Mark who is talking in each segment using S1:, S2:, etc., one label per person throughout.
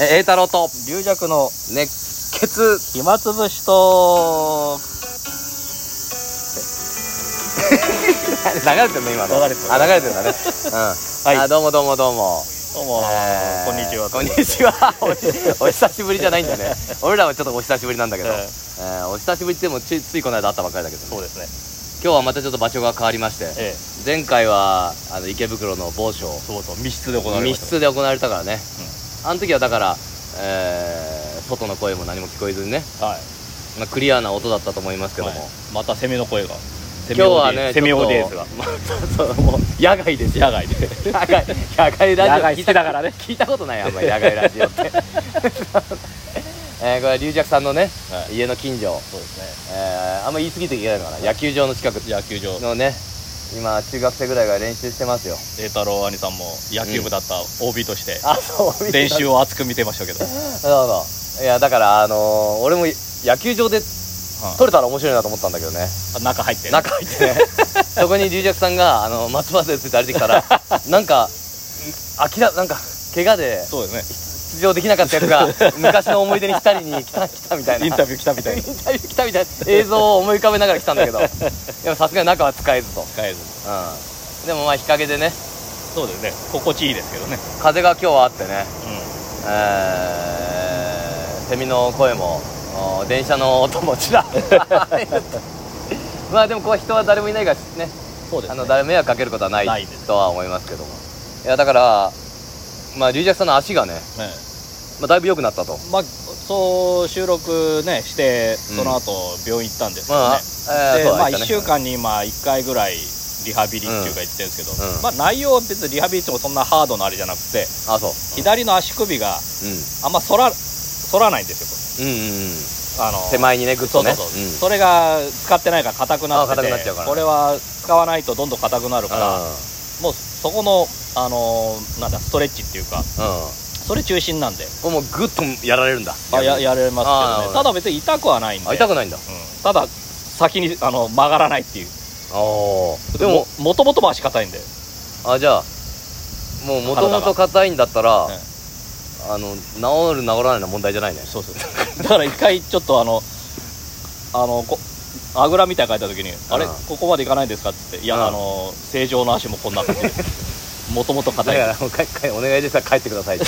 S1: え栄太郎と
S2: 龍尺の
S1: 熱血
S2: 暇つぶしと
S1: 流れてるの今の
S2: 流れてる
S1: あ流れてるんだねうん、
S2: はい
S1: あどうもどうもどうも
S2: どうも、
S1: えー
S2: こんにちは
S1: こんにちはお久お久しぶりじゃないんだね俺らはちょっとお久しぶりなんだけど、
S2: え
S1: えーお久しぶりって言ってもついついこの間会ったばっかりだけど、
S2: そうですね
S1: 今日はまたちょっと場所が変わりまして、
S2: ええ
S1: 前回はあの池袋の某所
S2: そうそう密室で行われま
S1: 密
S2: した
S1: 室で行われたからね、あの時はだから、えー外の声も何も聞こえずにね、
S2: はい
S1: まあ、クリアな音だったと思いますけども、
S2: はいまたセミの声がセミ
S1: 今日
S2: オ
S1: は
S2: ーディ
S1: ね
S2: セミオーディエン
S1: ち
S2: ス
S1: ょ
S2: が
S1: っとまあ そうそうもう野外ですよ
S2: 野外で
S1: 野外野外ラジオ
S2: 野外好きだからね
S1: 聞いたことないあんまり野外ラジオって えーこれは龍尺さんのね、
S2: はい
S1: 家の近所、
S2: そうです
S1: えーあんま言い過ぎていけないのかな、野球場の近く
S2: ね野球場
S1: のね今中学生ぐらいが練習してますよ
S2: 栄太郎兄さんも野球部だった OB として
S1: あそう
S2: 練習
S1: を
S2: を熱く見てましたけど、
S1: そうそういやだからあのー俺も野球場で
S2: は
S1: 取れたら面白いなと思ったんだけどね
S2: い中入ってね
S1: 中入って ねそこに龍尺さんがあの松葉杖ついて歩いてきたらなんか明らなんか怪我で
S2: そうです
S1: 出場できなかったやつ が昔の思い出に浸りに来た来たみたい
S2: ね
S1: な
S2: インタビュー来たみた
S1: イン
S2: いに
S1: タビュー来たみたいな映像を思い浮かべながら来たんだ けどでもさすがに中は使えずと、う
S2: 使えず
S1: ん、でもまあ日陰でね
S2: そうですね心地いいですけどね
S1: 風が今日はあってね、
S2: う
S1: えーセミの声もお電車の音もちら まあでもこう人は誰もいないからね
S2: んそうで
S1: あ
S2: すね
S1: の誰も迷惑かけることはな
S2: ないいです
S1: とは思いますけどもいやだからまあ龍尺さんの足がね、
S2: ね
S1: まあ、だいぶ良くなったと
S2: まあそう収録ねして
S1: うん
S2: その後病院行ったんですけどね、
S1: まあ、えー
S2: で
S1: そう
S2: ま
S1: だ
S2: あ、
S1: った
S2: 1
S1: ね
S2: 週間にまあ1回ぐらいリハビリっていうか言ってるんですけど、
S1: うん
S2: まあ、内容は別にリハビリってもそんなハードなあれじゃなくて
S1: あそう
S2: 左の足首が
S1: う
S2: あんま反ら反らないんです
S1: んうんうんうん
S2: よあの
S1: 手前にねグッ
S2: そ
S1: と
S2: うそう
S1: ね
S2: そう、
S1: うん
S2: それが使ってないから硬くなって
S1: あ硬く
S2: て
S1: なっちゃうから
S2: これは使わないとどんどん硬くなるから、もうそこの、あのーなんだストレッチっていうか
S1: うん
S2: それ中心なんで、
S1: うんもうグッとやられるんだ
S2: あ、ややれま
S1: あなる
S2: す
S1: ほど
S2: けどねただ別に痛くはないんで
S1: あ痛くないんだ
S2: うんただ先にあの曲がらないっていう
S1: ああで
S2: で
S1: も
S2: ももともとも足硬いんで
S1: あじゃあもうもともと硬いんだったら、
S2: うん
S1: あの治る治らないの問題じゃないね
S2: そうそうだから一回ちょっとあのあのこあぐらみたいなの書いた時に「あれ
S1: うん
S2: ここまでいかないんですか?」っつって「いや、
S1: うん
S2: あの正常の足もこんな感じ でもともと
S1: だ
S2: 硬い」
S1: か
S2: だから
S1: もう一回お願いですから帰ってくださいと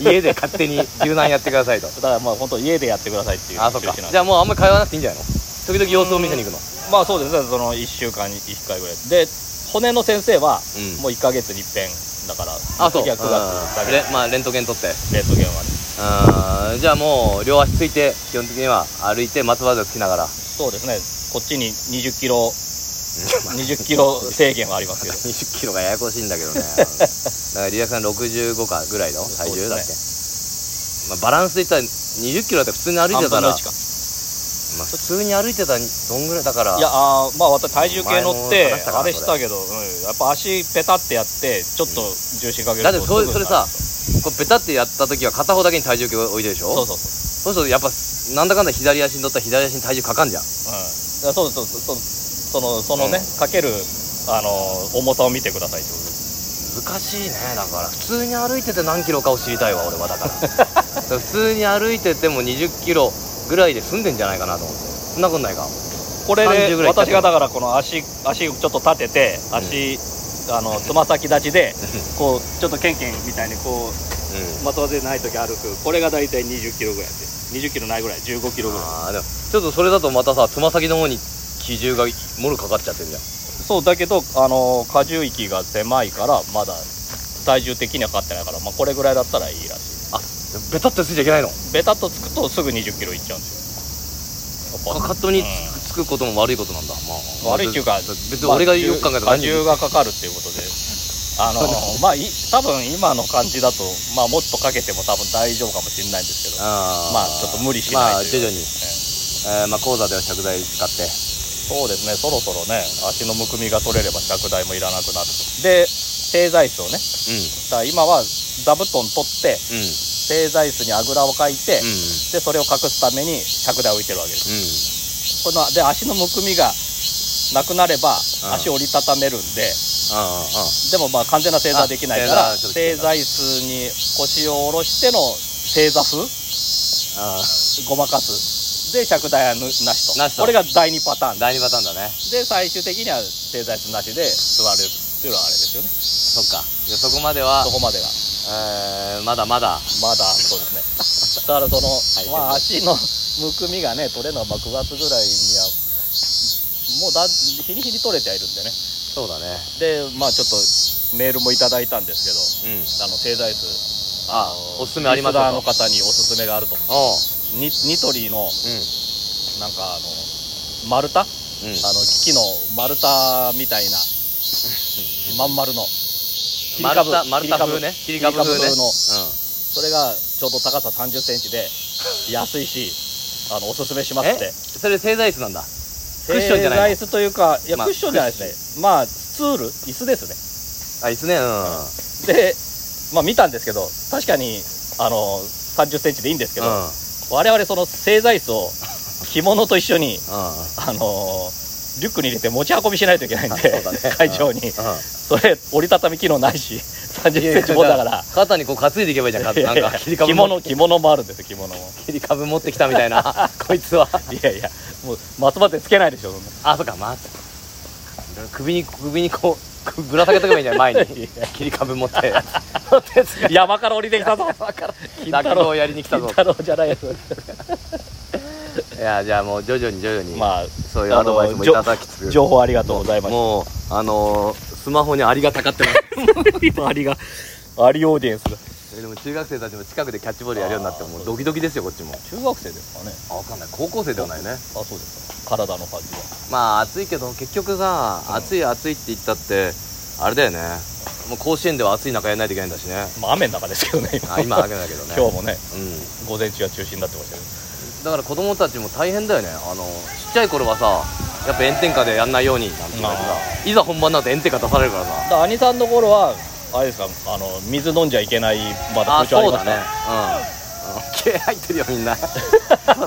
S1: 家で勝手に柔軟やってくださ いと
S2: らまあ本当家でやってくださいっていう
S1: あそっか
S2: 中止なん
S1: じ
S2: で
S1: ゃあもうあんまり通わなくていいんじゃないの時々様子を見せに行くの
S2: まあそうですねその1週間に1回ぐらいで骨の先生は
S1: うん
S2: もう1か月に一遍だから、
S1: あそう
S2: 次は9月だ
S1: うん
S2: け
S1: レまあレントゲン取って
S2: レントゲンはね
S1: うんじゃあもう両足ついて基本的には歩いて松葉杖つきながら
S2: そうですねこっちに2 0キロ2 0キロ制限はありますけど
S1: 20キロがややこしいんだけどねだからリアクさん65かぐらいの体重だっけ、まあ、バランスで言ったら20キロだったら普通に歩いてたら、
S2: 半分の
S1: まあ、
S2: 1か
S1: 普通に歩いてたらどんぐらいだから
S2: いやあーまあ私体重計乗っ
S1: 前も話
S2: て
S1: したかな
S2: あれしたけど、うん、やっぱ足ペタってやってちょっと重心かけると
S1: だってそれ
S2: す
S1: そ
S2: ぐ
S1: れ
S2: にな
S1: さ
S2: る
S1: こうベタってやった時は片方だけに体重計を置いてるでしょ
S2: そうそうそう
S1: そうするとやっぱなんだかんだ左足に乗ったら左足に体重かかんじゃん
S2: うんそうそうそうそのそのね、
S1: う
S2: かけるあのー重さを見てくださいってこ
S1: 難しいねだから普通に歩いてて何キロかを知りたいわ俺はだからだ から普通に歩いてても20キロぐらいで済んでんじゃないかなと思ってそんなことないか
S2: とこれ
S1: 30
S2: で
S1: ぐらい
S2: 私がだからこの足足をちょっと立てて足、あのつま先立ちでこうちょっとケンケンみたいにこう
S1: うん
S2: まとわずない時歩くこれが大体2 0キロぐらいで2 0キロないぐらい1 5キロぐらい
S1: ああでもちょっとそれだとまたさつま先の方に機重がもろかかっちゃってるじゃん
S2: そうだけどあの荷重域が狭いからまだ体重的にはかかってないから、まあ、これぐらいだったらいいらし
S1: あベタってついちゃいけないの
S2: いベタっとつくとすぐ2 0キロいっちゃうんですよや
S1: か
S2: っぱ
S1: かとにつ,、
S2: う
S1: くことも悪いことなんだまあまあ
S2: 悪いっていうか
S1: 別に俺がよく考えた
S2: ま
S1: ら
S2: あ荷
S1: 何
S2: 重荷重がかかるっていうことであのまあい多分今の感じだと、まあ、もっとかけても多分大丈夫かもしれないんですけど
S1: あー
S2: まあちょっと無理しない
S1: まあ
S2: と
S1: 徐
S2: いう
S1: 々に、えーまあ講座では着剤使って
S2: そうですねそろそろね足のむくみが取れれば着台もいらなくなるで製材室をね
S1: う
S2: だから今は座布団取って
S1: んうん
S2: 製材室にあぐらをかいて、
S1: うん
S2: でそれを隠すために着台を置いてるわけです
S1: うん
S2: こので足のむくみがなくなれば
S1: うん
S2: 足折りたためるんで、
S1: ああああ
S2: でもまあ完全な正座はできないか
S1: あ正座は
S2: ら
S1: ちょっとでき
S2: 正
S1: な
S2: 座椅子に腰を下ろしての正座風
S1: あ
S2: ごまかすで尺台はぬなしと
S1: なしと
S2: これが第2パターン
S1: 第2パターンだね
S2: で最終的には正座室なしで座れるっていうのはあれですよね
S1: そっかじゃあそこまでは
S2: そ、こまでが
S1: えー、まだまだ
S2: まだそうですねだからその、
S1: い
S2: まあ、足のむくみがね取れるのはまあ9月ぐらいにはもうだ日に日に取れてはいるんでね
S1: そうだね
S2: でまあちょっとメールもいただいたんですけど
S1: うん
S2: あの製材数
S1: あ
S2: の
S1: おすすめありますか
S2: リスナーの方におすすめがあると
S1: おう
S2: ニニトリ
S1: うん
S2: のなんかあの丸太あ
S1: うん
S2: の機器の丸太みたいなまん丸の切り
S1: 丸
S2: 株
S1: 太丸太風ね切り
S2: 切り株
S1: 株
S2: 切り
S1: 風ね
S2: 株風の
S1: うん
S2: それがちょうど高さ3 0センチで安いしあのおすすめしますって
S1: それ正座椅子なんだクッションじゃないの
S2: 製材室というかいや、
S1: まあ
S2: クッションじゃないですねまあツール椅子ですね
S1: あ椅子ねうん
S2: でまあ見たんですけど確かにあの3 0センチでいいんですけど、
S1: うん
S2: 我々その製材室を着物と一緒
S1: うん
S2: に、あのーリュックに入れて持ち運びしないといけないん
S1: あそう
S2: で、
S1: だね
S2: 会場に、
S1: う
S2: それ折りたたみ機能ないし30センチもだから
S1: 肩にこう担いでいけばいいじゃんかなんか切り
S2: 着
S1: 株
S2: 物着物もあるんですよ着物も
S1: 切り株持ってきたみたいな こいつはい
S2: やいやもう松葉でつけないでしょそんな
S1: あそっかまず首に首にこうくぶら下げとけばいいんじゃない前に切り株持って 持ってつけ
S2: 山から降りて きたぞ金太
S1: 落語を
S2: 郎
S1: やりに来た
S2: 金
S1: ぞ
S2: 太郎じゃないやつ
S1: いやじゃあもう徐々に徐々に
S2: まあ
S1: そういうアドバイスもいただきつ
S2: あの
S1: つ
S2: 情報ありがとうございまし
S1: もうあのースマホにアリがたかってます
S2: たありがありオーディエンスだ
S1: えでも中学生たちも近くでキャッチボールやるようになってもうドキドキですよこっちも
S2: 中学生ですかね
S1: あ分かんない高校生ではないね
S2: あそうですか体の感じは
S1: まあ暑いけど結局さ
S2: うん
S1: 暑い暑いって言ったってあれだよねもう甲子園では暑い中やんないといけないんだしね
S2: まあ雨の中ですけどね
S1: あ今だけだけどね
S2: 今日もね
S1: うん
S2: 午前中は中止になってましたけど
S1: だから子供たちも大変だよねあのちっちゃい頃はさやっぱ炎天下でやんないようになんて言われて
S2: ま
S1: さいざ本番になると炎天下出されるからさ
S2: だ兄さんの頃はあれですかあの水飲んじゃいけないまだ
S1: あ
S2: 風潮あ
S1: そ
S2: り
S1: う
S2: ま
S1: だ
S2: し
S1: ね
S2: た
S1: うんうん気合入ってるよみん な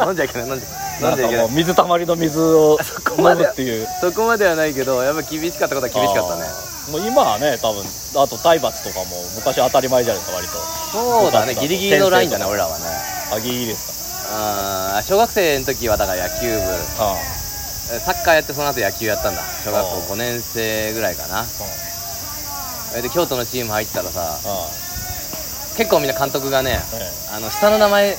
S1: 飲んじゃいけない飲んじゃ飲んじゃいけなん
S2: なかも
S1: いう
S2: 水たまりの水を
S1: そこ
S2: 飲
S1: まで
S2: むっていう
S1: そこまではないけどやっぱ厳しかったことは厳しかったね
S2: あーもう今はね多分あと体罰とかも昔当たり前じゃないですか割
S1: そ
S2: と
S1: うだね
S2: 部活だ
S1: ギリギリのラインだね
S2: 先
S1: 俺らはね
S2: あギリギリです
S1: うん小学生の時はだから野球部
S2: かあ
S1: えサッカーやってその後野球やったんだ小学校5年生ぐらいかな
S2: ー
S1: えで京都のチーム入ったらさ
S2: あ
S1: 結構みんな監督がね
S2: ーええ
S1: あの下の名前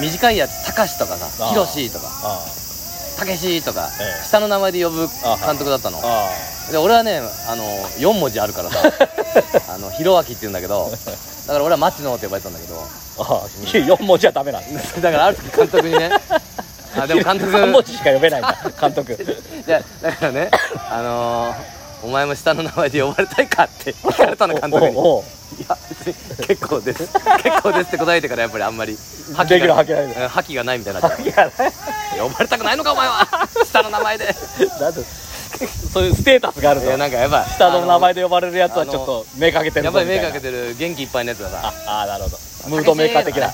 S1: 短いやつ「たかし」とかさ「
S2: あ
S1: ひろし」とか
S2: あ
S1: 「たけし」とか
S2: ええ
S1: 下の名前で呼ぶ監督だったの
S2: ーあ
S1: で俺はねあの4文字あるから さあのひろあきって言うんだけどだから俺は「町野」って呼ばれてたんだけど
S2: ーあ4文字はダメなんです
S1: だからある時監督にねあでも監督
S2: 3文字しか呼べないんだ監督
S1: いやだからねあのー、お前も下の名前で呼ばれたいかって聞かれたの監督に
S2: おうお う
S1: いや別に結構です結構ですって答えてからやっぱりあんまり覇
S2: レギュラー
S1: が
S2: 吐けないで
S1: うん覇気がないみたいになっちゃ
S2: いや
S1: う呼ばれたくないのかお前は下の名前で
S2: だって そういうステータスがある
S1: い
S2: と
S1: やなんかやっぱ
S2: 下の名前
S1: で
S2: で呼ばれるやつはちょっと目かけてる
S1: やっ
S2: ぞ
S1: ぱり
S2: みた
S1: 目
S2: いな
S1: かけてる元気いっぱいのやつがさ
S2: ああーなるほどムードメーカー的 な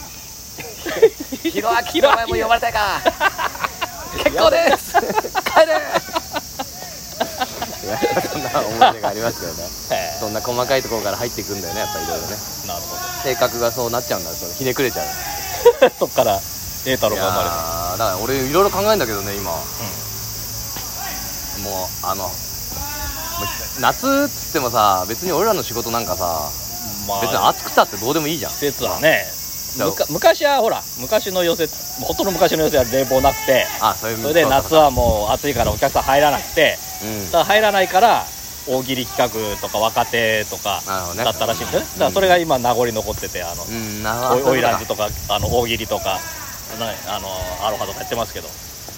S1: うんひろあきお前も呼ばれたいか結構です帰れいやそんな思い出がありますけどね
S2: へ
S1: そんな細かいところから入っていくんだよねやっぱりいろいろね
S2: ーなるほ
S1: 性格がそうなっちゃうんだよそれひねくれちゃう
S2: ど そっから栄太郎
S1: い
S2: が
S1: や
S2: 生
S1: ー
S2: ま
S1: だから俺いろいろ考えんだけどね今、もうあのもう夏っつってもさ別に俺らの仕事なんかさ
S2: れ
S1: 別
S2: た
S1: に
S2: まあ
S1: 暑くたってどうでもいいじゃん
S2: 季節はね
S1: だ
S2: むか昔はほら昔の寄せほとんど昔の寄せは冷房なくて
S1: あそういう
S2: それで夏はもう暑いからお客さん入らなくて
S1: うん
S2: だから入らないから大喜利企画とか若手とか
S1: なるほどね
S2: だったらしいんですよねだからそれが今名残残っててあの
S1: うんな
S2: オイオイランジ
S1: だ
S2: とかあの大喜利とかなあのアロハとかやってますけど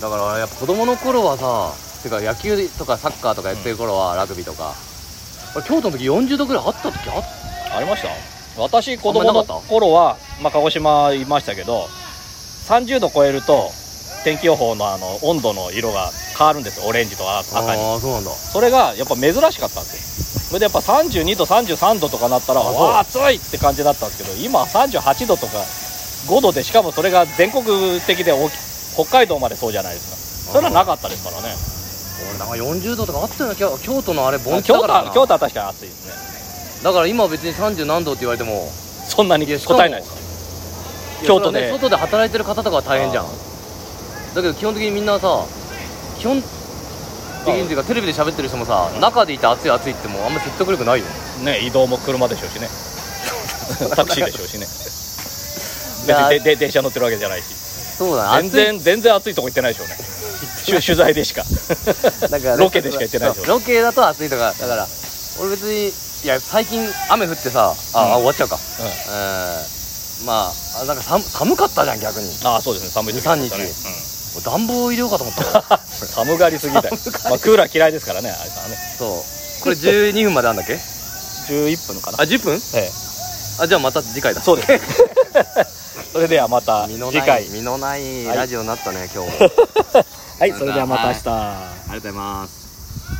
S1: からやっぱ子供の頃はさてか野球とかサッカーとかやってる頃はラグビーとか、俺京都の時40度ぐらいあった時あっ
S2: ありました私子供
S1: あんま
S2: の
S1: なかった
S2: 頃はまあ、鹿児島いましたけど30度超えると天気予報のあの温度の色が変わるんですよオレンジと
S1: た
S2: 赤に
S1: ああそうなんだ
S2: それがやっぱ珍しかったんですよそれでやっぱ32度33度とかなったら
S1: あそう
S2: わあ暑いって感じだったんですけど今は38度とか5度でしかもそれが全国的で大き北海道までそうじゃないですかそれはなかったですからね
S1: 俺なんか40度とかあったよね京京都のあれ盆
S2: 京
S1: 地だ
S2: 都
S1: からか
S2: は
S1: な
S2: 京都は確かに暑いですね
S1: だから今別に30何度って言われても
S2: そんなに
S1: いやしかも
S2: 答えないです京都で
S1: いやそれはね外で働いてる方とかは大変じゃん
S2: あ
S1: だけど基本的にみんなさ基本的にっていうかテレビで喋ってる人もさ中でいて暑い暑いってもうあんま説得力ないよ
S2: ね移動も車でしょう しねタクシーでしょうしね別
S1: いや
S2: にでで電車乗ってるわけじゃないし
S1: そうだ
S2: 全然全然暑いとこ行ってないでしょうね取取材でしか
S1: だから
S2: ロケでしか行ってないでしょ
S1: そうロケだと暑いとかだから俺別にいや最近雨降ってさあ、あ
S2: う
S1: 終
S2: ん
S1: わっちゃうか
S2: うん
S1: えーまああなんか寒寒かったじゃん逆に
S2: ああそうですね寒い時
S1: 23日
S2: だねうん
S1: 暖房入れようかと思 ったわ
S2: 寒がりすぎだよ、まあ、クーラー嫌いですからねあれさんはね
S1: そうこれ12分まであんだっけ
S2: 11分かな
S1: あ10分
S2: ええ
S1: あじゃあまた次回だ
S2: そうです それではまた
S1: 身の
S2: 次
S1: な
S2: 回
S1: い身のない
S2: はい
S1: ラジオになったね、今日はありがとう
S2: はいそれではまた明日、
S1: ございます